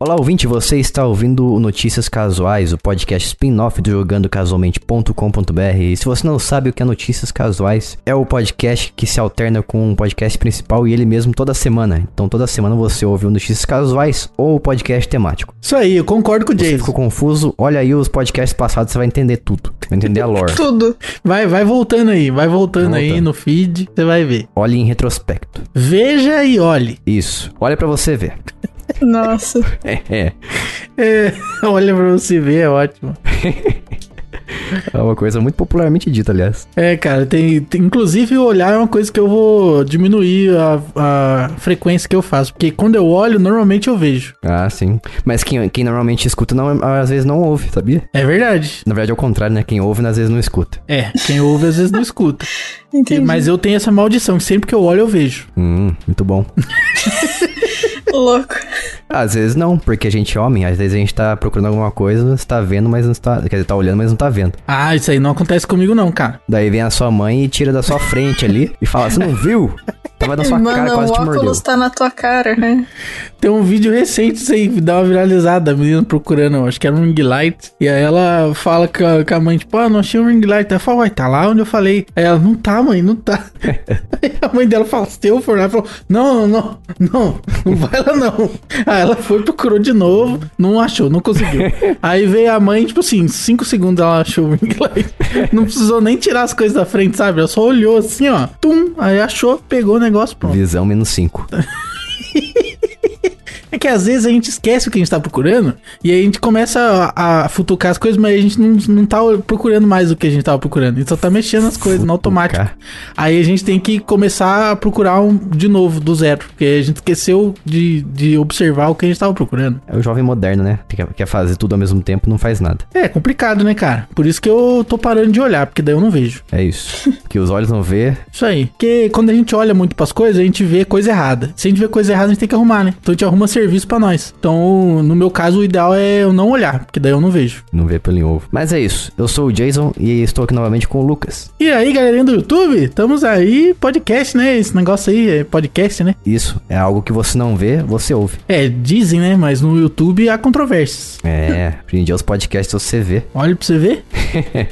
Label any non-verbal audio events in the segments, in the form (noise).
Olá, ouvinte, você está ouvindo o Notícias Casuais, o podcast spin-off do jogandocasualmente.com.br. E se você não sabe o que é Notícias Casuais, é o podcast que se alterna com o podcast principal e ele mesmo toda semana. Então toda semana você ouve o Notícias Casuais ou o podcast temático. Isso aí, eu concordo com o Você Jason. ficou confuso? Olha aí os podcasts passados, você vai entender tudo. Vai entender a (laughs) lore. Tudo. Vai, vai voltando aí, vai voltando Vai aí voltando. no feed, você vai ver. Olhe em retrospecto. Veja e olhe. Isso. Olha pra você ver. Nossa. É, é. É, (laughs) olha pra você ver, é ótimo. É uma coisa muito popularmente dita, aliás. É, cara, tem, tem- inclusive olhar é uma coisa que eu vou diminuir a, a frequência que eu faço, porque quando eu olho, normalmente eu vejo. Ah, sim. Mas quem, quem normalmente escuta, não, às vezes não ouve, sabia? É verdade. Na verdade, é o contrário, né? Quem ouve, às vezes não escuta. É, quem ouve às vezes não escuta. (laughs) Entendi. Mas eu tenho essa maldição, que sempre que eu olho eu vejo. Hum, muito bom. Louco. Às vezes não, porque a gente é homem, às vezes a gente tá procurando alguma coisa, você tá vendo, mas não está. Quer dizer, tá olhando, mas não tá vendo. Ah, isso aí não acontece comigo não, cara. Daí vem a sua mãe e tira da sua frente ali e fala: Você não viu? Tava na sua cara, Mano, quase o te mordeu. óculos tá na tua cara, né? Tem um vídeo recente, isso aí, dá uma viralizada, a menina procurando, acho que era um ring light. E aí ela fala com a, com a mãe, tipo, ah, não achei um ring light. Ela fala, uai, tá lá onde eu falei. Aí ela, não tá, mãe, não tá. aí a mãe dela fala, se eu for lá, ela falou, não, não, não, não, não vai lá não. Aí ela foi, procurou de novo, não achou, não conseguiu. aí veio a mãe, tipo assim, cinco segundos ela achou o ring light. Não precisou nem tirar as coisas da frente, sabe? Ela só olhou assim, ó, tum, aí achou, pegou o negócio, pronto. Visão menos 5. É que às vezes a gente esquece o que a gente tá procurando e aí a gente começa a, a futucar as coisas, mas a gente não, não tá procurando mais o que a gente tava procurando. A gente só tá mexendo as coisas no automático. Aí a gente tem que começar a procurar um, de novo, do zero, porque a gente esqueceu de, de observar o que a gente tava procurando. É o jovem moderno, né? Que Quer, quer fazer tudo ao mesmo tempo, não faz nada. É complicado, né, cara? Por isso que eu tô parando de olhar, porque daí eu não vejo. É isso. que os olhos não vê. Isso aí. Porque quando a gente olha muito pras coisas, a gente vê coisa errada. Se a gente vê coisa errada, a gente tem que arrumar, né? Então a gente arruma serviço pra nós. Então, no meu caso, o ideal é eu não olhar, porque daí eu não vejo. Não vê pelo em ovo. Mas é isso. Eu sou o Jason e estou aqui novamente com o Lucas. E aí, galerinha do YouTube? Estamos aí, podcast, né? Esse negócio aí é podcast, né? Isso é algo que você não vê, você ouve. É, dizem, né? Mas no YouTube há controvérsias. É, hoje em dia os podcasts você vê. Olha pra você ver.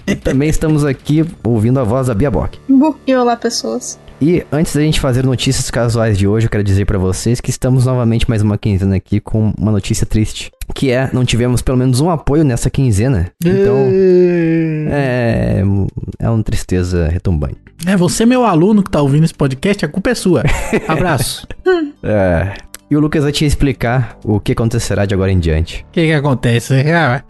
E também estamos aqui ouvindo a voz da Bia Bock. Bu. E olá, pessoas. E antes da gente fazer notícias casuais de hoje, eu quero dizer pra vocês que estamos novamente mais uma quinzena aqui com uma notícia triste, que é não tivemos pelo menos um apoio nessa quinzena. Então, É... é, é uma tristeza retumbante. é você, meu aluno que tá ouvindo esse podcast, a culpa (laughs) é sua. Abraço. É. E o Lucas vai te explicar o que acontecerá de agora em diante. (laughs) O que que acontece? É,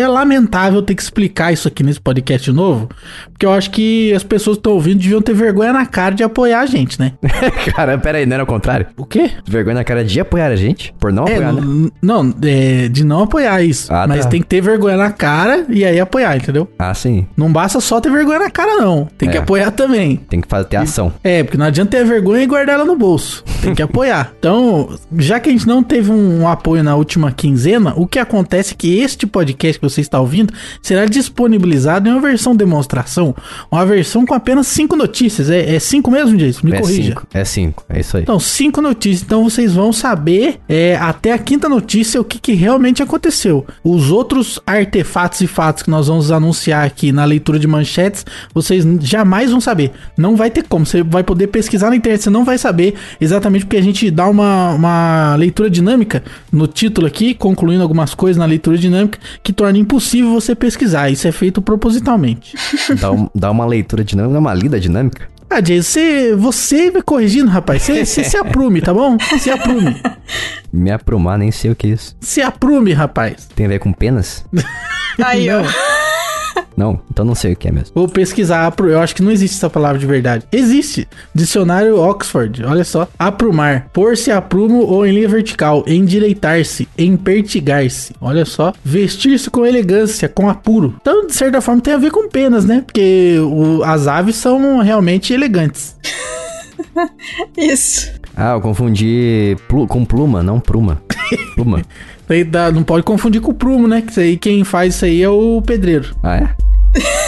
é lamentável ter que explicar isso aqui nesse podcast de novo, porque eu acho que as pessoas que estão ouvindo deviam ter vergonha na cara de apoiar a gente, né? Cara, pera aí, não era o contrário? O quê? Vergonha na cara de apoiar a gente? Por não É, apoiar, né? n- não, é, de não apoiar isso. Ah, mas tá. tem que ter vergonha na cara e aí apoiar, entendeu? Ah, sim. Não basta só ter vergonha na cara, não. Tem que É. apoiar também. Tem que fazer ter ação. É, porque não adianta ter a vergonha e guardar ela no bolso. (laughs) Tem que apoiar. Então, já que a gente não teve um apoio na última quinzena, o que acontece é que este podcast que você está ouvindo será disponibilizado em uma versão demonstração. Uma versão com apenas cinco notícias. É, é cinco mesmo, Jason? Me é corrija. cinco. É cinco. É isso aí. Então, cinco notícias. Então, vocês vão saber é, até a quinta notícia o que, que realmente aconteceu. Os outros artefatos e fatos que nós vamos anunciar aqui na leitura de manchetes, vocês n- jamais vão saber. Não vai ter como. Você vai poder pesquisar na internet, você não vai saber exatamente porque a gente dá uma, uma leitura dinâmica no título aqui, concluindo algumas coisas na leitura dinâmica, que torna impossível você pesquisar. Isso é feito propositalmente. Dá, um- dá uma leitura dinâmica, dá uma lida dinâmica. Ah, Jason, você, você me corrigindo, rapaz. Você, você se aprume, tá bom? Se aprume. Me aprumar, nem sei o que é isso. Se aprume, rapaz. Tem a ver com penas? Aí, ó. Não, Não, então não sei o que é mesmo. Vou pesquisar apro. Eu acho que não existe essa palavra de verdade. Existe. Dicionário Oxford. Olha só. Aprumar. Pôr-se a prumo ou em linha vertical. Endireitar-se. Empertigar-se. Olha só. Vestir-se com elegância, com apuro. Então, de certa forma, tem a ver com penas, né? Porque o- as aves são realmente elegantes. Isso. Ah, eu confundi plu- com pluma, não pruma. Pluma. Daí dá- Não pode confundir com o prumo, né? Que isso aí, quem faz isso aí é o pedreiro. Ah, é?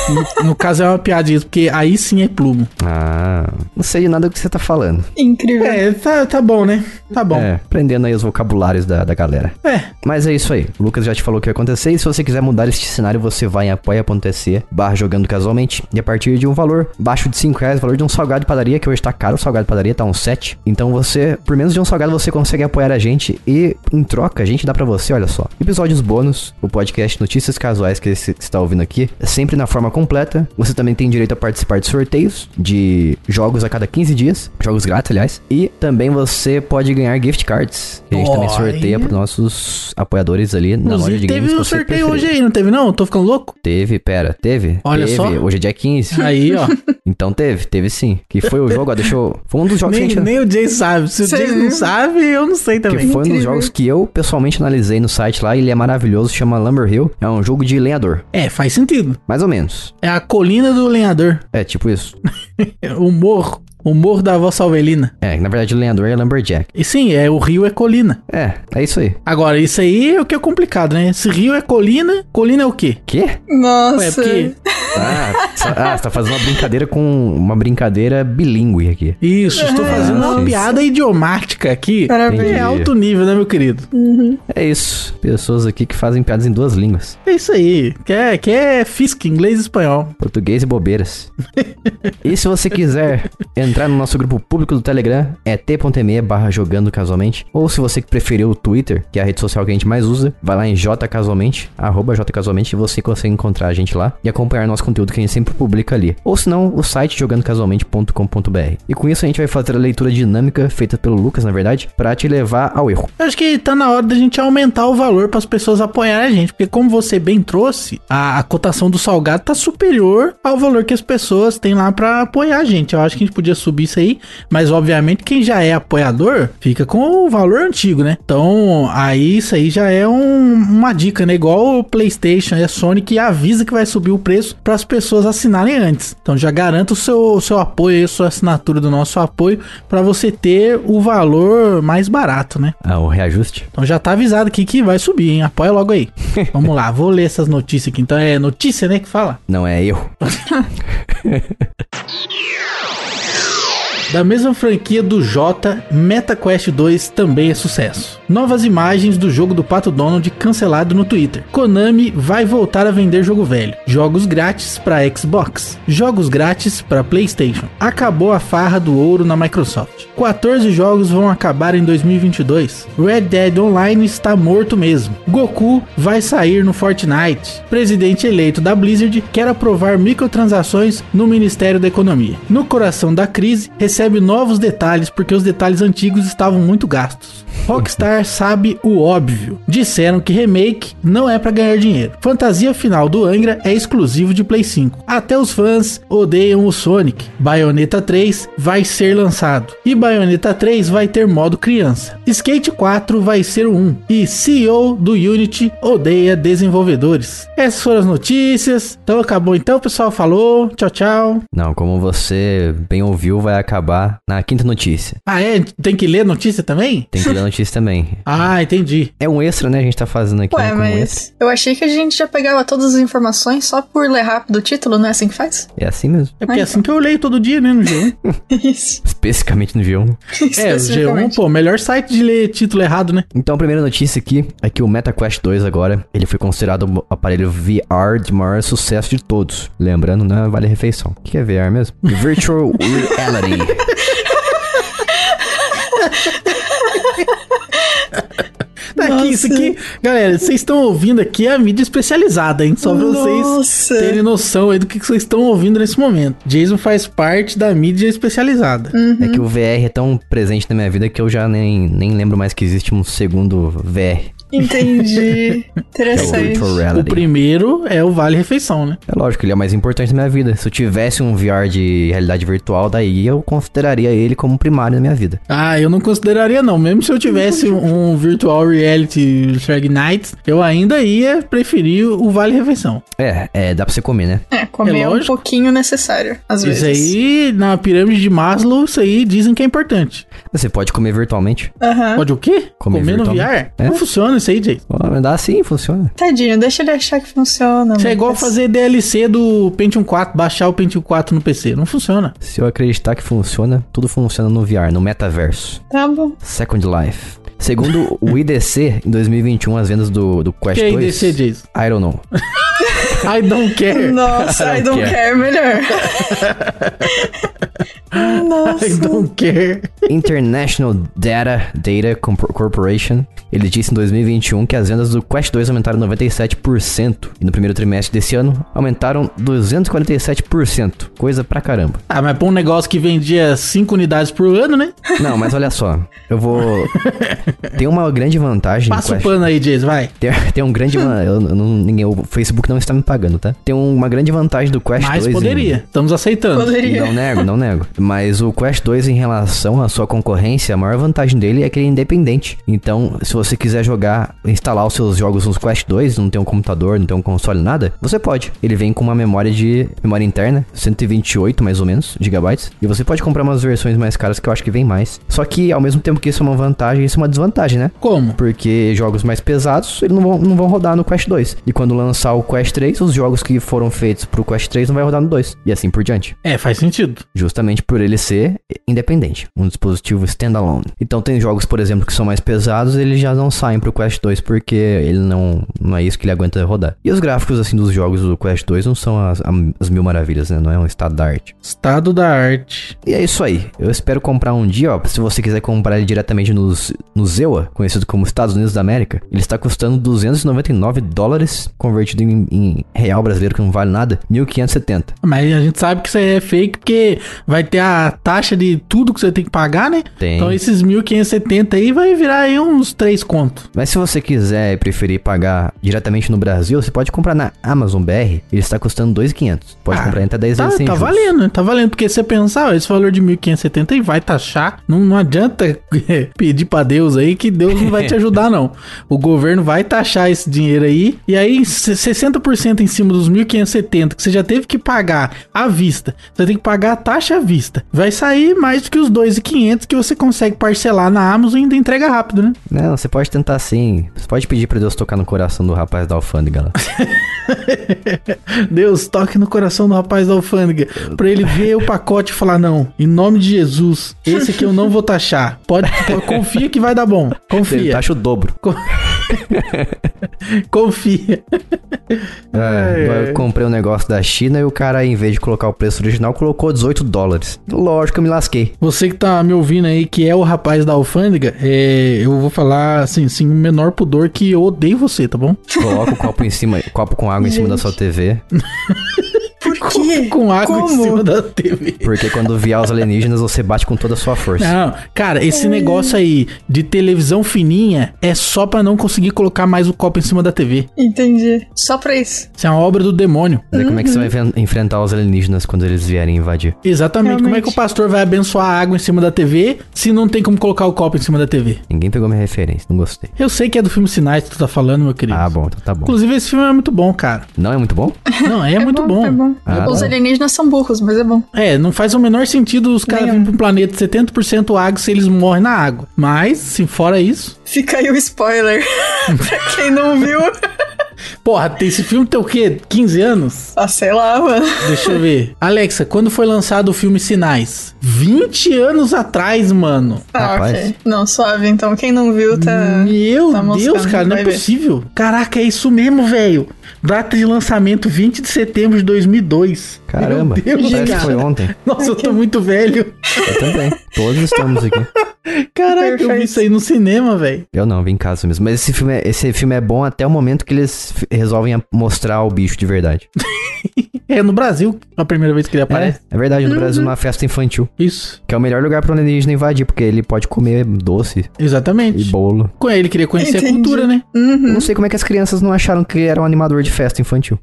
No, no caso é uma piadinha, porque aí sim é plumo. Ah, não sei de nada do que você tá falando. Incrível. É, tá, tá bom, né? Tá bom. É, aprendendo aí os vocabulários da, da galera. É. Mas é isso aí. O Lucas já te falou o que ia acontecer. E se você quiser mudar este cenário, você vai em apoia.se barra jogando casualmente. E a partir de um valor baixo de 5 reais, o valor de um salgado de padaria, que hoje tá caro, o salgado de padaria tá uns 7. Então você, por menos de um salgado, você consegue apoiar a gente. E em troca, a gente dá pra você, olha só, episódios bônus, o podcast Notícias Casuais que você está ouvindo aqui, é sempre na forma completa. Você também tem direito a participar de sorteios de jogos a cada 15 dias, jogos grátis, aliás. E também você pode ganhar gift cards, que a gente também Olha. sorteia pro nossos apoiadores ali na loja de Inclusive, games teve que um você sorteio preferir. hoje aí, não teve não? Tô ficando louco? Teve, pera, teve? Olha teve. só. Hoje é dia (laughs) 15. Aí, ó. então teve, teve sim. Que foi o jogo, ó, deixou. Foi um dos jogos nem, que a gente. nem o Jay sabe. Se o Você Jay viu? não sabe, eu não sei Que foi também. um dos Incrível. jogos que eu pessoalmente analisei no site lá, ele é maravilhoso, chama Lumber Hill. É um jogo de lenhador, É, faz sentido. mais ou menos. É a colina do lenhador. É tipo isso. É O morro. O morro da avó Salvelina. É, na verdade, lenhador é Lumberjack. E sim, é o rio é colina. É, é isso aí. Agora, isso aí é o que é complicado, né? Se rio é colina, colina é o quê? Quê? Ué, é Nossa. porque... Ah, sa- ah, você tá fazendo uma brincadeira com uma brincadeira bilíngue aqui. Isso, estou Ah, fazendo uma sim. piada idiomática aqui. Parabéns. Entendi. É alto nível, né, meu querido? É isso. Pessoas aqui que fazem piadas em duas línguas: É isso aí. Que é, que é fisca, inglês e espanhol. português e (laughs) bobeiras. e se você quiser entrar no nosso grupo público do Telegram, é t.me barra jogando casualmente. Ou se você preferir o Twitter, que é a rede social que a gente mais usa, vai lá em jcasualmente, arroba jcasualmente, e você consegue encontrar a gente lá e acompanhar nosso conteúdo que a gente sempre publica ali. Ou se não, o site jogandocasualmente.com.br. E com isso a gente vai fazer a leitura dinâmica feita pelo Lucas, na verdade, pra te levar ao erro. Eu acho que tá na hora da gente aumentar o valor para as pessoas apoiarem a gente, porque como você bem trouxe, a, a cotação do salgado tá superior ao valor que as pessoas têm lá para apoiar a gente. Eu acho que a gente podia subir isso aí, mas obviamente quem já é apoiador fica com o valor antigo, né? Então, aí isso aí já é um- uma dica, né? Igual o PlayStation e a Sony que avisa que vai subir o preço para as pessoas assinarem antes. Então, já garanta o seu, o seu apoio, aí, a sua assinatura do nosso apoio para você ter o valor mais barato, né? Ah, o reajuste? Então já tá avisado aqui que vai subir, hein? Apoia logo aí. Vamos lá, vou ler essas notícias aqui. Então é notícia, né, que fala? Não é erro. Da mesma franquia do Jota, MetaQuest 2 também é sucesso. Novas imagens do jogo do Pato Donald cancelado no Twitter. Konami vai voltar a vender jogo velho. Jogos grátis pra Xbox. Jogos grátis pra PlayStation. Acabou a farra do ouro na Microsoft. 14 jogos vão acabar em 2022. Red Dead Online está morto mesmo. Goku vai sair no Fortnite. Presidente eleito da Blizzard quer aprovar microtransações no Ministério da Economia. No coração da crise, recebe novos detalhes porque os detalhes antigos estavam muito gastos. Rockstar sabe o óbvio. Disseram que remake não é pra ganhar dinheiro. Fantasia final do Angra é exclusivo de Play 5. Até os fãs odeiam o Sonic. Bayonetta 3 vai ser lançado. E Bayonetta 3 vai ter modo criança. Skate 4 vai ser o 1. E CEO do Unity odeia desenvolvedores. Essas foram as notícias. Então acabou então, pessoal. Falou. Tchau, tchau. Não, como você bem ouviu, vai acabar na quinta notícia. Ah, é? Tem que ler notícia também? Tem que (laughs) ler a notícia também. Ah, entendi. É um extra, né? A gente tá fazendo aqui é né, Ué, como um extra. mas eu achei que a gente já pegava todas as informações só por ler rápido o título, não é assim que faz? (laughs) É assim mesmo. É porque é assim que eu leio todo dia, né, no G1. Isso. Especificamente no G1. É, o G1, especificamente. pô, melhor site de ler título errado, né? Então, a primeira notícia aqui é que o MetaQuest 2 agora, ele foi considerado o aparelho VR de maior sucesso de todos. Lembrando, né? Vale refeição. O que é VR (laughs) mesmo? Virtual Reality. Tá Nossa. aqui, isso aqui. Galera, vocês estão ouvindo aqui a mídia especializada, hein? Só pra vocês Nossa. terem noção aí do que que vocês estão ouvindo nesse momento. Jason faz parte da mídia especializada. Hum. Uhum. É que o VR é tão presente na minha vida que eu já nem, nem lembro mais que existe um segundo VR. (laughs) Entendi. Que é o Interessante. é Virtual O Reality. primeiro é o Vale Refeição, né? É lógico, ele é o mais importante na minha vida. Se eu tivesse um VR de realidade virtual, daí eu consideraria ele como primário na minha vida. Ah, eu não consideraria não. Mesmo se eu tivesse um um Virtual Reality Shrek Knight, eu ainda ia preferir o Vale Refeição. É, é, dá pra você comer, né? É, comer É é um lógico. pouquinho necessário, às Isso vezes. aí, na pirâmide de Maslow, isso aí dizem que é importante. Você pode comer virtualmente. Aham. Pode o quê? Comer Comer, no virtualmente. VR? É. Não funciona funciona isso aí, Jay? Ó, dá assim, funciona. Tadinho, deixa ele achar que funciona. Isso é igual Lucas. fazer DLC do Pentium 4, baixar o Pentium 4 no PC. Não funciona. Se eu acreditar que funciona, tudo funciona no VR, no metaverso. Tá bom. Second Life. Segundo (laughs) o IDC, em 2021, as vendas do, do Quest Que é 2... IDC, Jason? I don't (laughs) know. I don't (laughs) care. Nossa, I don't Quer. (laughs) care, melhor. Nossa. I don't care. International Data Data Comp- Corporation, ele disse em 2021 que as vendas do Quest 2 aumentaram 97% e no primeiro trimestre desse ano aumentaram 247%, coisa pra caramba. Ah, mas pra um negócio que vendia 5 unidades por ano, né? Não, mas olha só, eu (laughs) vou tem uma grande vantagem no Passa o Quest. pano aí, Jason, vai. Tem, (laughs) tem um grande van- eu não- ninguém o Facebook não está me pagando, tá? Tem uma grande vantagem do Quest Mas 2 em- poderia. Estamos aceitando. Poderia. né? Não nego, não nego. Mas o Quest 2, em relação à sua concorrência, a maior vantagem dele é que ele é independente. Então, se você quiser jogar, instalar os seus jogos nos Quest 2, não tem um computador, não tem um console, nada, você pode. Ele vem com uma memória de memória interna, 128 mais ou menos gigabytes, e você pode comprar umas versões mais caras que eu acho que vem mais. Só que ao mesmo tempo que isso é uma vantagem, isso é uma desvantagem, né? Como? Porque jogos mais pesados, eles não vão, não vão rodar no Quest 2. E quando lançar o Quest 3, os jogos que foram feitos pro Quest 3 não vai rodar no 2. E assim por diante É, faz sentido. justamente por ele ser independente, um dispositivo standalone. Então tem jogos, por exemplo, que são mais pesados, eles já não saem pro Quest 2 porque ele não, não é isso que ele aguenta rodar. E os gráficos assim dos jogos do Quest 2 não são as, as mil maravilhas, né? Não é um estado da arte. Estado da arte. E é isso aí. Eu espero comprar um dia, ó. Se você quiser comprar ele diretamente nos, no ZEWA, conhecido como Estados Unidos da América, ele está custando 299 dólares, convertido em, em real brasileiro, que não vale nada, 1570. Mas a gente sabe que isso aí é fake porque vai ter a taxa de tudo que você tem que pagar, né? Tem. Então esses 1.570 aí vai virar aí uns 3 conto. Mas se você quiser e preferir pagar diretamente no Brasil, você pode comprar na Amazon BR. Ele está custando 2,500. Pode Ah, comprar em até 10 Tá, vezes sem tá juros. valendo, né? tá valendo. Porque se você pensar, ó, esse valor de 1.570 aí vai taxar. Não, não adianta (laughs) é, pedir pra Deus aí que Deus não vai te ajudar, não. O governo vai taxar esse dinheiro aí. E aí, se- 60% em cima dos 1.570 que você já teve que pagar à vista. Você tem que pagar a taxa à vista. Vai sair mais do que os 2.500 que você consegue parcelar na Amazon e ainda entrega rápido, né? Não, você pode tentar sim. Você pode pedir pra Deus tocar no coração do rapaz da alfândega (laughs) lá. Deus, toque no coração do rapaz da alfândega pra ele ver o pacote e falar: não, em nome de Jesus, esse aqui eu não vou taxar. Pode, pô, confia que vai dar bom. Ele Confia. taxa o dobro. Confia. É, agora eu comprei um negócio da China e o cara, em vez de colocar o preço original, colocou 18 dólares. Lógico que eu me lasquei. Você que tá me ouvindo aí, que é o rapaz da alfândega, é, eu vou falar assim, sem o menor pudor que eu odeio você, tá bom? Coloca o copo em cima, copo com água em cima da sua TV. Por Com, quê? com água em Como? cima da TV. Porque quando vier os alienígenas, você bate com toda a sua força. Não, cara, esse negócio aí de televisão fininha é só pra não conseguir colocar mais o copo em cima da TV. Entendi. Só pra isso. Isso é uma obra do demônio. Mas como é que você vai Uhum. enfen- enfrentar os alienígenas quando eles vierem invadir? Exatamente. Como é Realmente. que o pastor vai abençoar a água em cima da TV se não tem como colocar o copo em cima da TV? Ninguém pegou minha referência, não gostei. Eu sei que é do filme Sinais que tu tá falando, meu querido. Ah, bom, então tá bom. Inclusive, esse filme é muito bom, cara. Não é muito bom? Não, é, muito bom. É bom. Ah, Os bom. alienígenas são burros, mas é bom. É, não faz o menor sentido os caras virem pra um planeta 70% água se eles morrem na água. Mas, se fora isso. Fica aí (laughs) o spoiler. pra quem não viu. Porra, tem- esse filme tem o quê? 15 anos? Ah, sei lá, mano. Deixa eu ver. Alexa, quando foi lançado o filme Sinais? 20 anos atrás, mano. Ah, Rapaz. ok. Não, suave, então. Quem não viu tá. Meu tá moscando, Deus, cara, não é vai ver. possível. Caraca, é isso mesmo, velho. Data de lançamento 20 de setembro de 2002. Caramba, Meu Deus, parece que cara. foi ontem. Nossa, eu (laughs) tô muito velho. Eu também. Todos estamos aqui. Caraca, eu vi Perfeito. isso aí no cinema, velho. Eu não, vim em casa mesmo. Mas esse filme, é, esse filme é bom até o momento que eles f- resolvem a- mostrar o bicho de verdade. É no Brasil, a primeira vez que ele É, aparece. é verdade, no Brasil, numa festa infantil. Isso, Que é o melhor lugar pra um alienígena invadir, porque ele pode comer doce e exatamente. bolo. Com ele queria conhecer a Entendi. cultura, né? Uhum. Eu Não sei como é que as crianças não acharam que era um animador de festa infantil.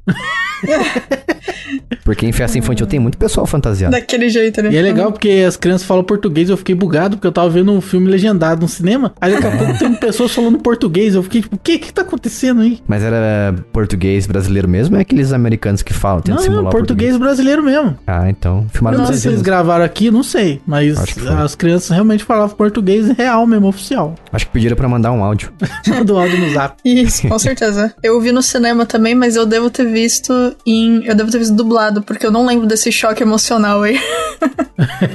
porque em festa infantil tem muito pessoal fantasiado. Daquele jeito, né? E é legal porque as crianças falam português, eu fiquei bugado porque eu tava vendo um filme legendado no cinema. Aí (laughs) daqui a pouco tem pessoas falando português, eu fiquei tipo, o que que tá acontecendo aí? Mas era português brasileiro mesmo? ou É aqueles americanos que falam, tentam Não, se simular o português brasileiro mesmo. Ah, então. Filmaram Não no sei se Brasil. eles gravaram aqui, não sei. Mas Acho que foi. as crianças realmente falavam português real mesmo, oficial. (laughs) Acho que pediram pra mandar um áudio. Do áudio no zap. Isso, com (laughs) certeza. Eu vi no cinema também, mas eu devo ter visto em. Eu devo ter visto dublado, porque eu não lembro desse choque emocional aí.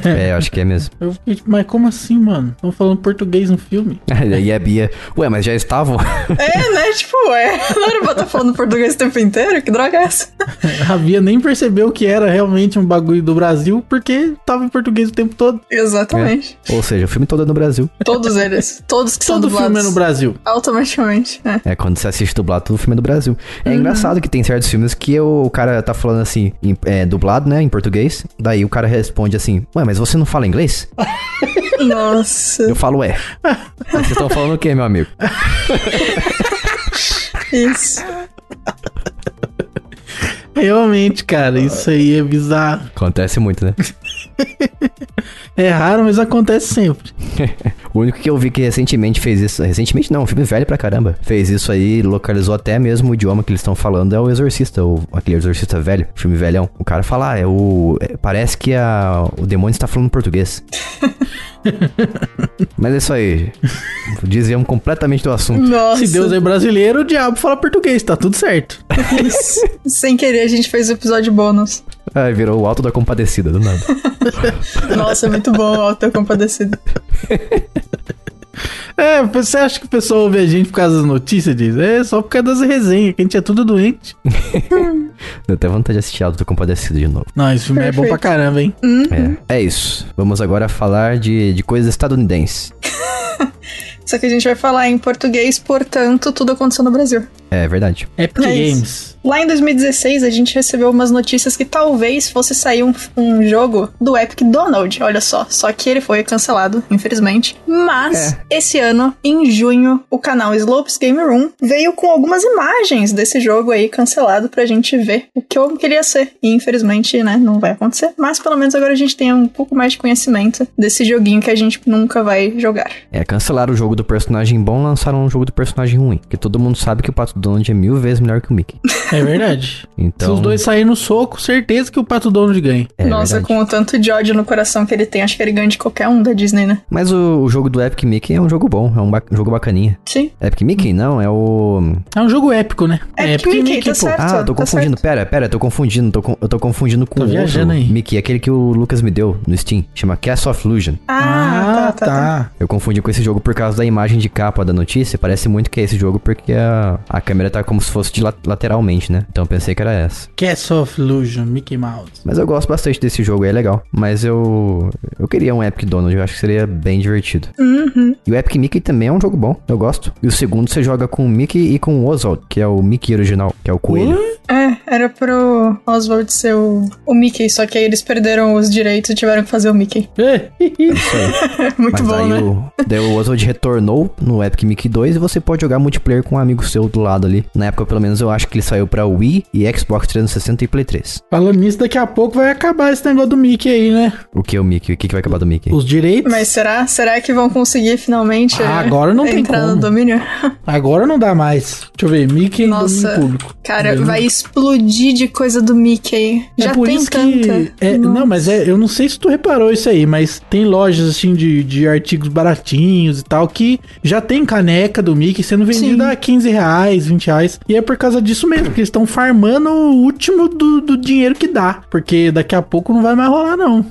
é, eu acho que é mesmo. (laughs) Eu fiquei tipo, mas como assim, mano? Estão falando português no filme? (laughs) Aí a Bia. Ué, mas já estavam? (laughs) É, né? Tipo, é. Não era pra estar falando português o tempo inteiro? Que droga é essa? A Bia nem percebeu que era realmente um bagulho do Brasil, porque tava em português o tempo todo. Exatamente. Ou seja, o filme todo é no Brasil. Todos eles. Todos que são Todo dublados. filme é no Brasil. Automaticamente. É. É, quando você assiste dublado, todo filme é do Brasil. É engraçado que tem certos filmes que o, o cara tá falando assim, em- é, dublado, né, em português. Daí o cara responde assim, ué, mas você não fala inglês? Nossa. Eu falo, é. Vocês estão falando o quê, meu amigo? (laughs) Isso. Realmente, cara, isso aí é bizarro. Acontece muito, né? É raro, mas acontece sempre. O único que eu vi que recentemente fez isso. Recentemente não, um filme velho pra caramba. Fez isso aí, localizou até mesmo o idioma que eles estão falando, é o Exorcista, o, aquele Exorcista velho, filme velhão. O cara fala, ah, é o. é, parece que a, o demônio está falando português. Mas é isso aí. Desviamos completamente do assunto. Nossa. Se Deus é brasileiro, o diabo fala português, tá tudo certo. Isso. Sem querer, a gente fez o episódio bônus. Ai, virou o alto da compadecida, do nada. Nossa, é muito bom o Alto Compadecido. É, você acha que o pessoal ouve a gente por causa das notícias, diz? É só por causa das resenhas, que a gente é tudo doente. Deu até vontade de assistir alto da compadecida de novo. Não, esse filme é bom pra Perfeito. caramba, hein? É, é isso. Vamos agora falar de, de coisas estadunidenses. Só que a gente vai falar em português, portanto, tudo aconteceu no Brasil. É verdade. Epic É isso. Games. Lá em 2016, a gente recebeu umas notícias que talvez fosse sair um, um jogo do Epic Donald, olha só. Só que ele foi cancelado, infelizmente. Mas, esse ano, em junho, o canal Slopes Game Room veio com algumas imagens desse jogo aí cancelado pra gente ver o que eu queria ser. E, infelizmente, né, não vai acontecer. Mas, pelo menos, agora a gente tem um pouco mais de conhecimento desse joguinho que a gente nunca vai jogar. É, cancelaram o jogo do personagem bom, lançaram um jogo do personagem ruim. Porque todo mundo sabe que o Pato Donald é mil vezes melhor que o (laughs) Mickey. É verdade. Se Então. os dois saírem no soco, certeza que o Pato Donald ganha. é Nossa, verdade. com o tanto de ódio no coração que ele tem, acho que ele ganha de qualquer um da Disney, né? Mas o, o jogo do Epic Mickey é um jogo bom, é um, ba- um jogo bacaninha. Sim. Epic Mickey? Não, é o. É um jogo épico, né? Epic Mickey, tá certo. ah, eu tô tá confundindo. Pera, pera, eu tô confundindo. Tô com- eu tô confundindo com Tô o viajando outro aí. Mickey, aquele que o Lucas me deu no Steam. Chama Cast of Illusion. Ah, tá, tá, tá. Eu confundi com esse jogo por causa da imagem de capa da notícia. Parece muito que é esse jogo porque a, a câmera tá como se fosse de la- lateralmente, né? Então eu pensei que era essa. Cast of Illusion, Mickey Mouse. (laughs) Mas eu gosto bastante desse jogo, é legal. Mas eu. Eu queria um Epic Donald, eu acho que seria bem divertido. Uhum. E o Epic Mickey também é um jogo bom, eu gosto. E o segundo você joga com o Mickey e com o Oswald, que é o Mickey original, que é o coelho. É, era pro Oswald ser o, o Mickey, só que aí eles perderam os direitos e tiveram que fazer o Mickey. (laughs) Isso aí. Uh, Muito Mas bom, aí né? o, daí o Oswald retornou no Epic Mickey 2 e você pode jogar multiplayer com um amigo seu do lado ali. Na época, pelo menos, eu acho que ele saiu pra Wii e Xbox 360 e Play 3. Falando nisso, daqui a pouco vai acabar esse negócio do Mickey aí, né? O que é o Mickey? O que, que vai acabar do Mickey? Os direitos. Mas será? Será que vão conseguir finalmente Ah, eh, agora não tem entrar como. no domínio? Agora não dá mais. Deixa eu ver, Mickey em Nossa. domínio público. Cara, vai explodir de coisa do Mickey. Já é por tem isso tanta. que. É, não, mas é, eu não sei se tu reparou isso aí, mas tem lojas assim de, de artigos baratinhos e tal que já tem caneca do Mickey sendo vendida Sim. a 15 reais, 20 reais. E é por causa disso mesmo, porque eles estão farmando o último do, do dinheiro que dá. Porque daqui a pouco não vai mais rolar, não.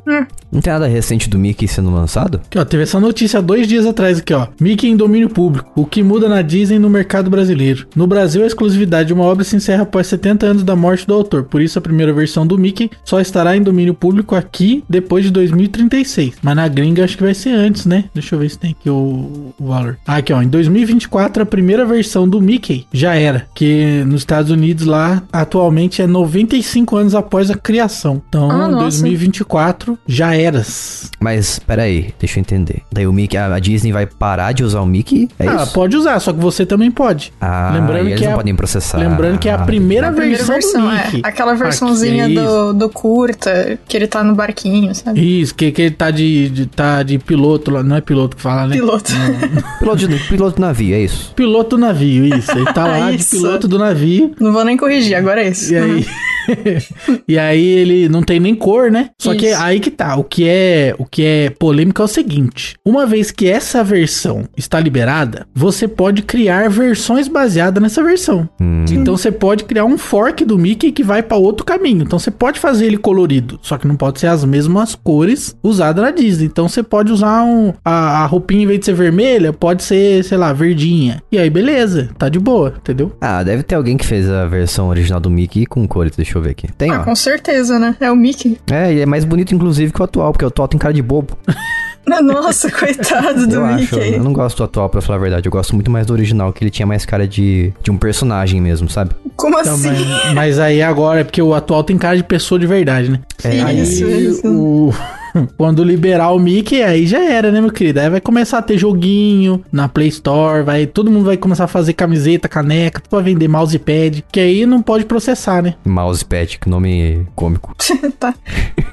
Não tem nada recente do Mickey sendo lançado? Aqui, ó, teve essa notícia há dois dias atrás aqui, ó. Mickey em domínio público. O que muda na Disney no mercado brasileiro. No Brasil, a exclusividade de uma obra se encerra após 70 anos da morte do autor. Por isso, a primeira versão do Mickey só estará em domínio público aqui depois de 2036. Mas na gringa, acho que vai ser antes, né? Deixa eu ver se tem aqui o, o valor. Ah, aqui, ó. Em 2024, a primeira versão do Mickey já era. Que nos Estados Unidos, lá, atualmente é 95 anos após a criação. Então, Ah, em nossa. 2024, já eras. Mas, peraí, deixa eu entender. Daí o Mickey, a a Disney vai parar de usar o Mickey? É ah, isso? pode usar, só que você também pode. Ah, Lembrando e eles que não é a- podem processar. Ah, Lembrando que é a primeira A primeira versão, versão, do é. Mickey. Aquela versãozinha Aqui, é isso. do, do curta, que ele tá no barquinho, sabe? Isso, que, que ele tá de, de- tá de piloto lá. Não é piloto que fala, né? (laughs) Piloto. Piloto, de, piloto de navio, é isso. (laughs) Piloto do navio, isso. Ele tá lá de É Isso. piloto do navio. Não vou nem corrigir, agora é isso. E aí. (laughs) e aí ele não tem nem cor, né? Só que Isso. aí que tá. O que é, o que é polêmico é o seguinte: uma vez que essa versão está liberada, você pode criar versões baseadas nessa versão. Hum, Então você pode criar um fork do Mickey que vai pra outro caminho. Então você pode fazer ele colorido, só que não pode ser as mesmas cores usadas na Disney. Então você pode usar um, a, a roupinha em vez de ser vermelha, pode ser, sei lá, verdinha. E aí beleza, tá de boa, entendeu? Ah, deve ter alguém que fez a versão original do Mickey com cores, deixa eu ver aqui. Tem, Ah, ó. com certeza, né? É o Mickey. (laughs) É, e é mais bonito, inclusive, que o atual, porque o atual tem cara de bobo. Nossa, (laughs) coitado do eu acho. Mickey. né? Eu não gosto do atual, pra falar a verdade. Eu gosto muito mais do original, que ele tinha mais cara de, de um personagem mesmo, sabe? Como Então, assim? mas, mas aí agora, é porque o atual tem cara de pessoa de verdade, né? É, Aí Isso, isso. o- (laughs) Quando liberar o Mickey, aí já era, né, meu querido? Aí vai começar a ter joguinho na Play Store, vai, todo mundo vai começar a fazer camiseta, caneca, tudo pra vender mousepad, que aí não pode processar, né? Mousepad, que nome cômico. (laughs) tá.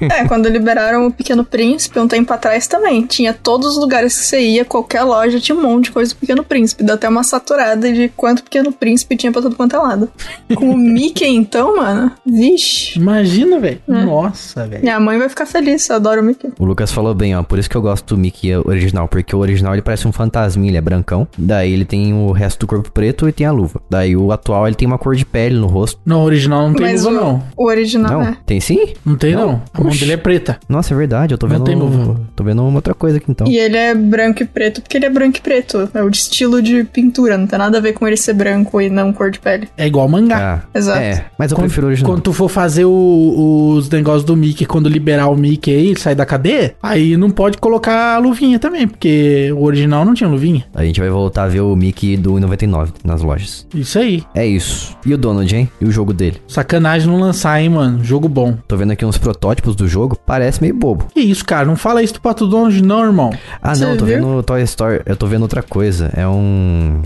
É, quando liberaram o Pequeno Príncipe, um tempo atrás também. Tinha todos os lugares que você ia, qualquer loja, tinha um monte de coisa do Pequeno Príncipe. Deu até uma saturada de quanto Pequeno Príncipe tinha pra todo quanto é lado. Com o Mickey, então, mano, vixe. Imagina, velho. Nossa, velho. Minha mãe vai ficar feliz, eu adoro o Mickey. O Lucas falou bem, ó. Por isso que eu gosto do Mickey original. Porque o original ele parece um fantasminha, ele é brancão. Daí ele tem o resto do corpo preto e tem a luva. Daí o atual ele tem uma cor de pele no rosto. Não, o original não tem Mas luva, o- não. O original Não? é. Tem sim? Não tem, não. Não? A mão Oxi. dele é preta. Nossa, é verdade. Eu tô Não vendo. tem luva. Tô vendo uma outra coisa aqui então. E ele é branco e preto porque ele é branco e preto. É o de estilo de pintura, não tem nada a ver com ele ser branco e não cor de pele. É igual mangá. Ah, Exato. É, mas eu Quando- prefiro o original. Quando tu for fazer o- os negócios do Mickey, quando liberar o Mickey aí, ele sai da cadeia, aí não pode colocar a luvinha também, porque o original não tinha luvinha. A gente vai voltar a ver o Mickey do 99 nas lojas. Isso aí. É isso. E o Donald, hein? E o jogo dele? Sacanagem não lançar, hein, mano. Jogo bom. Tô vendo aqui uns protótipos do jogo. Parece meio bobo. Que isso, cara? Não fala isso do Pato Donald, não, irmão. Ah, Você não, tô viu? vendo Toy Story. Eu tô vendo outra coisa. É um.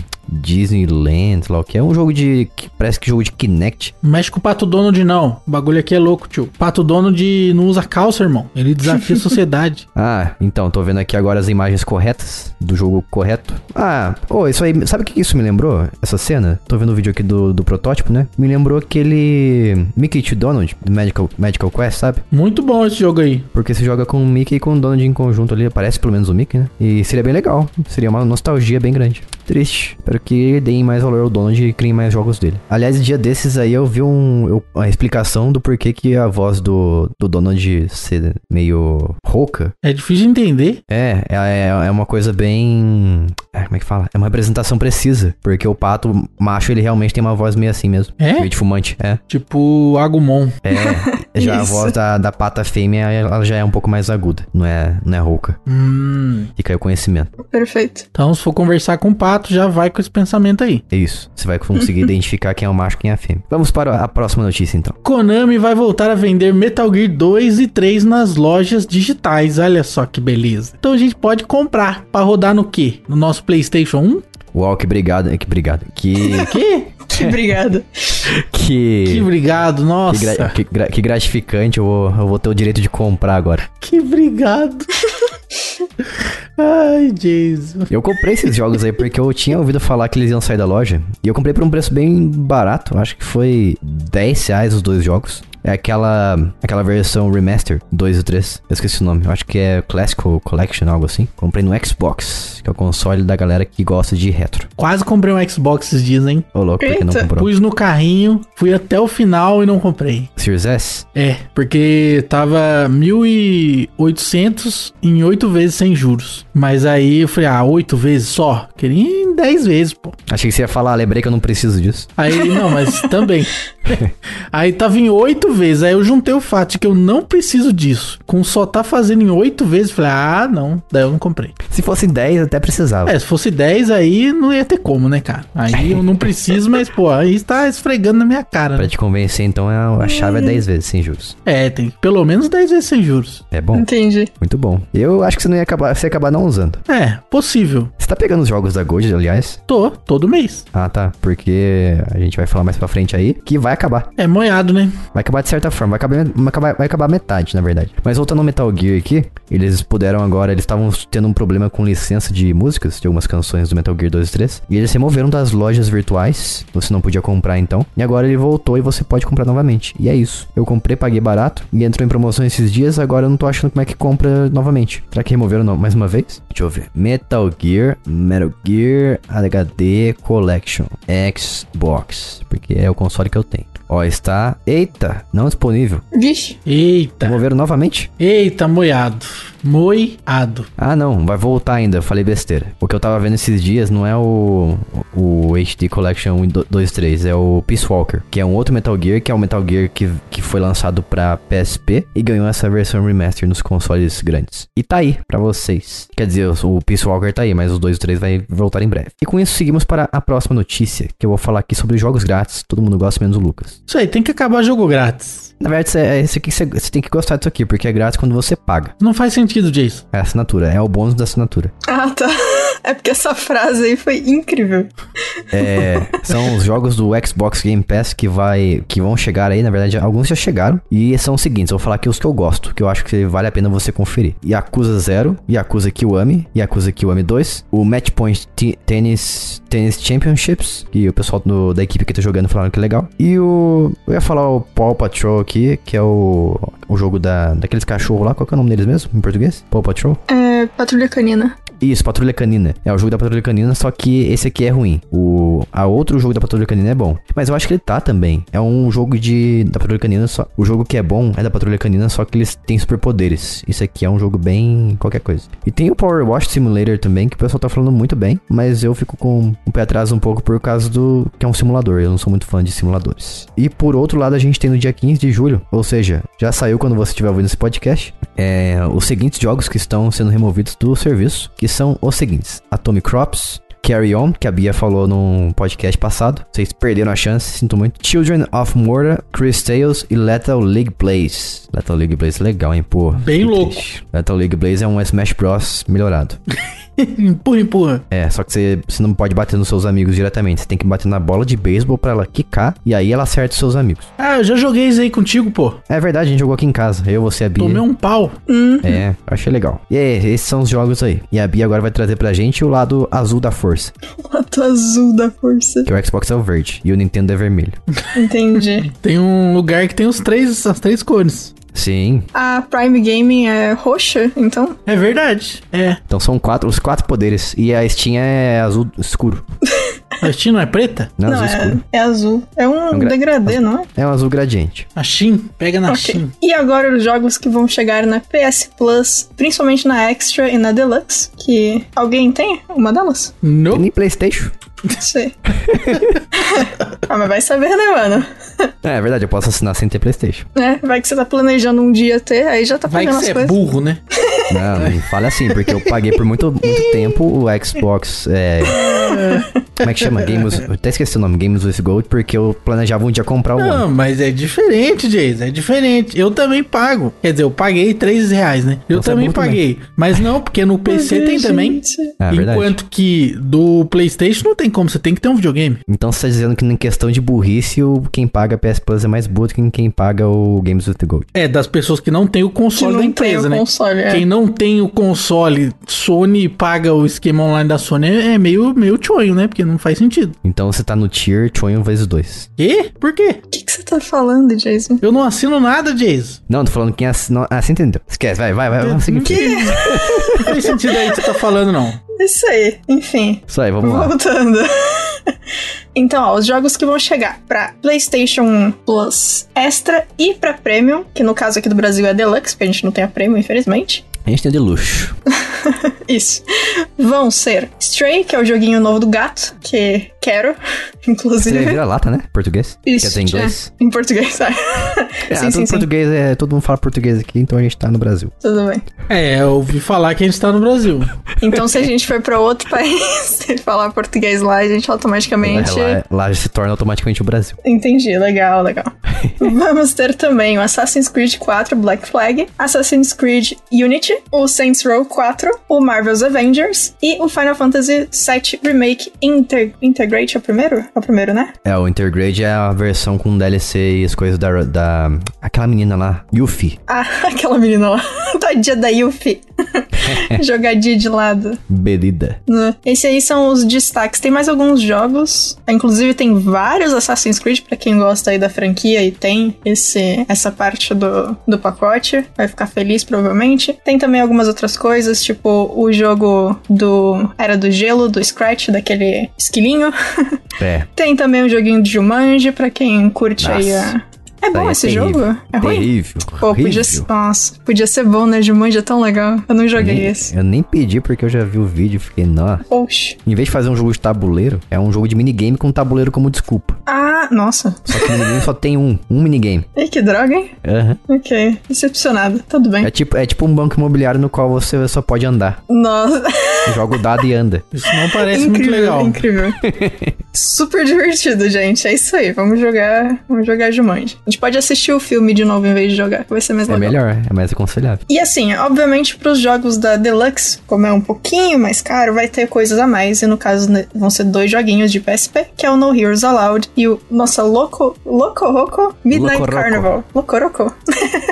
Disneyland, sei lá o que. É um jogo de. que Parece que jogo de Kinect. Não mexe com o Pato Donald, não. O bagulho aqui é louco, tio. Pato Donald não usa calça, irmão. Ele desafia a sociedade. Ah, então, tô vendo aqui agora as imagens corretas do jogo correto. Ah, ô, isso aí. Sabe o que que isso me lembrou? Essa cena? Tô vendo o vídeo aqui do, do protótipo, né? Me lembrou aquele. Mickey to Donald, do Magical, Magical Quest, sabe? Muito bom esse jogo aí. Porque se joga com o Mickey e com o Donald em conjunto ali, parece pelo menos o Mickey, né? E seria bem legal. Seria uma nostalgia bem grande. Triste. Espero que deem mais valor ao Donald e criem mais jogos dele. Aliás, dia desses aí eu vi um, eu- a explicação do porquê que a voz do, do Donald ser meio rouca. É difícil de entender. É, é, é uma coisa bem. é, como é que fala? É uma representação precisa. Porque o pato macho, ele realmente tem uma voz meio assim mesmo. É? Meio de fumante. É. Tipo Agumon. É. já a Isso. voz da, da pata fêmea, ela já é um pouco mais aguda. Não é, não é rouca. Hum. E caiu conhecimento. (laughs) Perfeito. Então, se for conversar com o Pato, já vai com esse pensamento aí. É isso. Você vai (laughs) conseguir identificar quem é o macho e quem é a fêmea. Vamos para a próxima notícia, então. Konami vai voltar a vender Metal Gear 2 e 3 nas lojas digitais. Olha só que beleza. Então a gente pode comprar pra rodar no quê? No nosso PlayStation 1? Uau, que obrigado. Que obrigado. (laughs) Que. Que? Que obrigada. Que. Que obrigado, que gra- nossa. que gra- que gratificante, eu vou, eu vou ter o direito de comprar agora. Que obrigado. Ai, Jesus. Eu comprei esses jogos aí porque eu tinha ouvido falar que eles iam sair da loja. E eu comprei por um preço bem barato, acho que foi 10 reais os dois jogos. É aquela, aquela versão remaster 2 e 3. Eu esqueci o nome. Eu acho que é Classical Collection, algo assim. Comprei no Xbox, que é o console da galera que gosta de retro. Quase comprei um Xbox esses dias, hein? Ô, louco, porque não Eita. comprou? Pus no carrinho, fui até o final e não comprei. Series S? É, porque tava 1.800 em 8 vezes sem juros. Mas aí eu falei, ah, 8 vezes só? Queria em 10 vezes, pô. Achei que você ia falar, lembrei que eu não preciso disso. Aí, ele, não, mas também. aí tava em 8 vezes. Aí eu juntei o fato de que eu não preciso disso. Com só tá fazendo em 8 vezes, eu falei, ah, não. Daí eu não comprei. Se fosse 10, eu até precisava. É, se fosse 10, aí não ia ter como, né, cara? Aí eu não preciso, mas, pô, aí está esfregando na minha cara. Pra Né? te convencer, então, a a chave é 10 vezes sem juros. É, tem pelo menos 10 vezes sem juros. É bom? Entendi. Muito bom. Eu acho que você não ia acabar, você ia acabar não usando. É, possível. Você tá pegando os jogos da Gold, aliás? Tô, todo mês. Ah, tá. Porque a gente vai falar mais pra frente aí que vai acabar. É moiado, né? Vai acabar de certa forma, vai acabar, vai acabar, vai acabar metade, na verdade. Mas voltando ao Metal Gear aqui, eles puderam agora, eles estavam tendo um problema com licença de músicas, de algumas canções do Metal Gear 2 e 3, e eles removeram das lojas virtuais, você não podia comprar então, e agora ele voltou e você pode comprar novamente. E é isso. Eu comprei, paguei barato, e entrou em promoção esses dias, agora eu não tô achando como é que compra novamente. Será que removeram no- mais uma vez? Deixa eu ver. Metal Gear, Metal Gear HD Collection, Xbox, porque é o console que eu tenho. Ó, está. Eita, não disponível. Vixe. Eita, Removeram novamente? eita, moiado. Moiado. Ah, não, vai voltar ainda, eu falei besteira. O que eu tava vendo esses dias não é o, o HD Collection 1, 2, 3, é o Peace Walker, que é um outro Metal Gear, que é o Metal Gear que, que foi lançado pra PSP e ganhou essa versão remaster nos consoles grandes. E tá aí, pra vocês. Quer dizer, o o Peace Walker tá aí, mas os 2 e 3 vai voltar em breve. E com isso, seguimos para a próxima notícia, que eu vou falar aqui sobre jogos grátis. Todo mundo gosta, menos o Lucas. Isso aí, tem que acabar jogo grátis. Na verdade, isso é- é isso aqui que você você tem que gostar disso aqui, porque é grátis quando você paga. Não faz sentido, Jason. É a assinatura, é o bônus da assinatura. Ah, tá. É porque essa frase aí foi incrível. É, são os jogos do Xbox Game Pass que vai, que vão chegar aí, na verdade, alguns já chegaram. E são os seguintes, eu vou falar aqui os que eu gosto, que eu acho que vale a pena você conferir. Yakuza 0, Yakuza Kiwami, Yakuza Kiwami 2, o Matchpoint T- Tennis, Tennis Championships, que o pessoal do- da equipe que tá jogando falaram que é legal. E o, eu ia falar o Paw Patrol aqui, que é o, o jogo da, daqueles cachorros lá, qual que é o nome deles mesmo, em português? Paw Patrol? É, Patrulha Canina. Isso, Patrulha Canina. É o jogo da Patrulha Canina, só que esse aqui é ruim. O a outro jogo da Patrulha Canina é bom. Mas eu acho que ele tá também. É um jogo de da Patrulha Canina só. O jogo que é bom é da Patrulha Canina, só que eles têm superpoderes. Isso aqui é um jogo bem qualquer coisa. E tem o Power Wash Simulator também, que o pessoal tá falando muito bem, mas eu fico com o pé atrás um pouco por causa do que é um simulador. Eu não sou muito fã de simuladores. E por outro lado, a gente tem no dia 15 de julho, ou seja, já saiu quando você estiver ouvindo esse podcast, é, os seguintes jogos que estão sendo removidos do serviço, que são os seguintes: Atomic Crops, Carry On, que a Bia falou num podcast passado. Vocês perderam a chance, sinto muito. Children of Morta, Chris Tales e Lethal League Blaze. Lethal League Blaze, é legal, hein, pô. Bem Que louco. triste. Lethal League Blaze é um Smash Bros. melhorado. (laughs) empurra, empurra. É, só que você, você não pode bater nos seus amigos diretamente. Você tem que bater na bola de beisebol pra ela quicar e aí ela acerta os seus amigos. Ah, eu já joguei isso aí contigo, pô. É verdade, a gente jogou aqui em casa. Eu, você, a Bia. Tomei um pau. É, achei legal. E é, esses são os jogos aí. E a Bia agora vai trazer pra gente o lado azul da força. Lado azul da força. Que o Xbox é o verde e o Nintendo é vermelho. (laughs) Entendi. Tem um lugar que tem os três, as três cores. Sim. A Prime Gaming é roxa, então? É verdade. É. Então são quatro, os quatro poderes. E a Steam é azul escuro. A Shin não é preta? Não, é azul escuro. é, é azul. É um, um gra- degradê, não é? É um azul gradiente. A Shin? Pega na Ok. Shin. E agora os jogos que vão chegar na PS Plus, principalmente na Extra e na Deluxe, que alguém tem uma delas? E Nope. nem Playstation. (laughs) Não sei. ah, mas vai saber, né, mano? É, é verdade, eu posso assinar sem ter Playstation. Né? Vai que você tá planejando um dia ter, aí já tá Vai que pegando as você é coisas. burro, né? Não, (laughs) não fale assim, porque eu paguei por muito, muito tempo o Xbox. É... Como é que chama? Games. Eu até esqueci o nome, Games with Gold, porque eu planejava um dia comprar o One. Não, mas é diferente, Jason. É diferente. Eu também pago. Quer dizer, eu paguei 3 reais, né? Eu Então você é também burro paguei. Mas não, porque no PC tem também. Gente. É verdade. Enquanto que do PlayStation não tem como, você tem que ter um videogame. Então você tá dizendo que em questão de burrice, o quem paga a PS Plus é mais burro do que quem paga o Games with Gold. É, das pessoas que não tem o Que console da não tem empresa, o né? console, é. Quem não tem o console Sony e paga o esquema online da Sony é é meio, meio tchonho, né? Porque não faz sentido. Então você tá no tier Chonho vezes 2. Quê? Por quê? O que, que você tá falando, Jason? Eu não assino nada, Jason. Não, tô falando quem assina. Ah, você entendeu. Esquece, vai, vai, vai. Vamos seguir. em frente. Não faz sentido aí que você tá falando, não. É Isso aí. Enfim, Isso aí, vamos lá. Voltando. (laughs) Então, ó, os jogos que vão chegar pra PlayStation Plus Extra e pra Premium, que no caso aqui do Brasil é Deluxe, porque a gente não tem a Premium, infelizmente. A gente tem de luxo. Isso. Vão ser Stray, que é o joguinho novo do gato, que Quero, (laughs) inclusive. Você vira lata, né? Português? Isso, é, Quer dizer, inglês? Em português, sabe? (laughs) É, sim, todo, sim, sim. português é, todo mundo fala português aqui, então a gente tá no Brasil. Tudo bem. É, eu ouvi falar que a gente tá no Brasil. Então, se a gente for pra outro (laughs) país e falar português lá, a gente automaticamente. Lá, é. lá- lá se torna automaticamente o Brasil. Entendi, legal, legal. Vamos ter também o Assassin's Creed 4 Black Flag, Assassin's Creed Unity, o Saints Row 4, o Marvel's Avengers e o Final Fantasy VII Remake Inter Integrate, é o primeiro? É o primeiro, né? É, o Intergrade é a versão com DLC e as coisas da. da aquela menina lá, Yuffie. Ah, (laughs) aquela menina lá. Tadinha da Yuffie. (laughs) Jogadinha de lado. Belida. né? Esse aí são os destaques. Tem mais alguns jogos. Inclusive, tem vários Assassin's Creed, pra quem gosta aí da franquia e tem esse, essa parte do, do pacote. Vai ficar feliz, provavelmente. Tem também algumas outras coisas, tipo o jogo do Era do Gelo, do Scratch, daquele esquilinho. (laughs) É. Tem também o joguinho de Jumanji, pra quem curte aí Nossa. a... É bom Daí Tá, esse terrível. jogo? É ruim? Terrível. Pô, podia, um horrível. nossa, podia ser bom, né? Jumanji é tão legal. Eu não joguei Nem- esse. Eu nem pedi porque eu já vi o vídeo e fiquei, nossa. Oxe. Em vez de fazer um jogo de tabuleiro, é um jogo de minigame com tabuleiro como desculpa. Ah, nossa. Só que o minigame só tem um, um minigame. Ei, que droga, hein? Aham. Ok, decepcionado. tá Tudo bem. É, tipo, é tipo um banco imobiliário no qual você só pode andar. Nossa, (laughs) Joga o dado e anda. Isso não parece muito incrível, legal. incrível. Super divertido, gente. É isso aí. Vamos jogar, vamos jogar Jumanji. A gente pode assistir o filme de novo em vez de jogar, que vai ser mais É legal. melhor, é mais aconselhável. E assim, obviamente para os jogos da Deluxe, como é um pouquinho mais caro, vai ter coisas a mais. E no caso né, vão ser dois joguinhos de PSP, que é o No Heroes Allowed e o nossa Loco Loco Roco Midnight Locoroco. Carnival. Locoroco.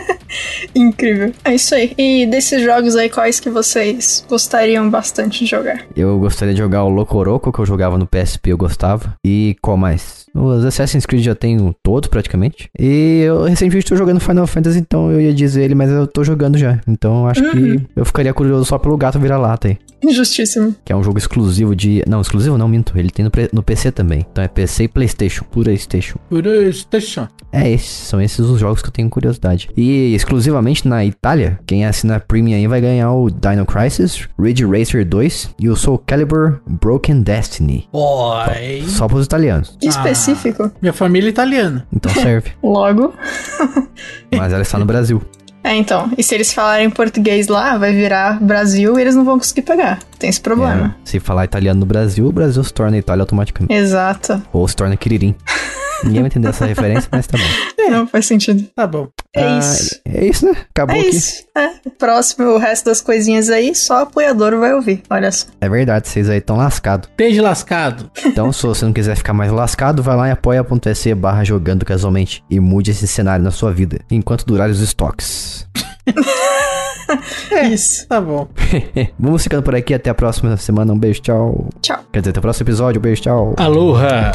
(laughs) Incrível. É isso aí. E desses jogos aí, quais que vocês gostariam bastante de jogar? Eu gostaria de jogar o Locoroco, que eu jogava no PSP, eu gostava. E qual mais? Os Assassin's Creed já tenho todos, praticamente. E eu recentemente tô jogando Final Fantasy, então eu ia dizer ele, mas eu tô jogando já. Então eu acho que eu ficaria curioso só pelo gato vira-lata aí. Justíssimo. Que é um jogo exclusivo de... Não, exclusivo não, minto. Ele tem no, pre- no PC também. Então é PC e Playstation, PlayStation. Por isso, deixa. É, esses, são esses os jogos que eu tenho curiosidade. E exclusivamente na Itália, quem assina a Premium aí vai ganhar o Dino Crisis, Ridge Racer 2 e o Soul Calibur Broken Destiny. Boy. Só pros italianos. Que Ah. específico. Minha família é italiana. Então (laughs) serve. Logo. Mas ela está no Brasil. É, então. E se eles falarem português lá, vai virar Brasil e eles não vão conseguir pegar. Tem esse problema. É, se falar italiano no Brasil, o Brasil se torna Itália automaticamente. Exato. Ou se torna (laughs) Kiririm. Ninguém vai entender essa referência, mas tá bom. Não faz sentido. Tá bom. É Ah, isso. É isso, né? Acabou É aqui. isso. É. Próximo, o resto das coisinhas aí, só apoiador vai ouvir. Olha só. É verdade, vocês aí estão lascados. Desde lascado. Então, se você não quiser ficar mais lascado, vai lá em apoia.se barra jogando casualmente e mude esse cenário na sua vida, enquanto durarem os estoques. (laughs) É. Isso. Tá bom. Vamos ficando por aqui, até a próxima semana, um beijo, tchau. Tchau. Quer dizer, até o próximo episódio, um beijo, tchau. Aloha.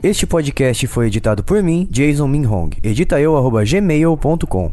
Este podcast foi editado por mim, Jason Minhong. Edita eu, arroba gmail.com.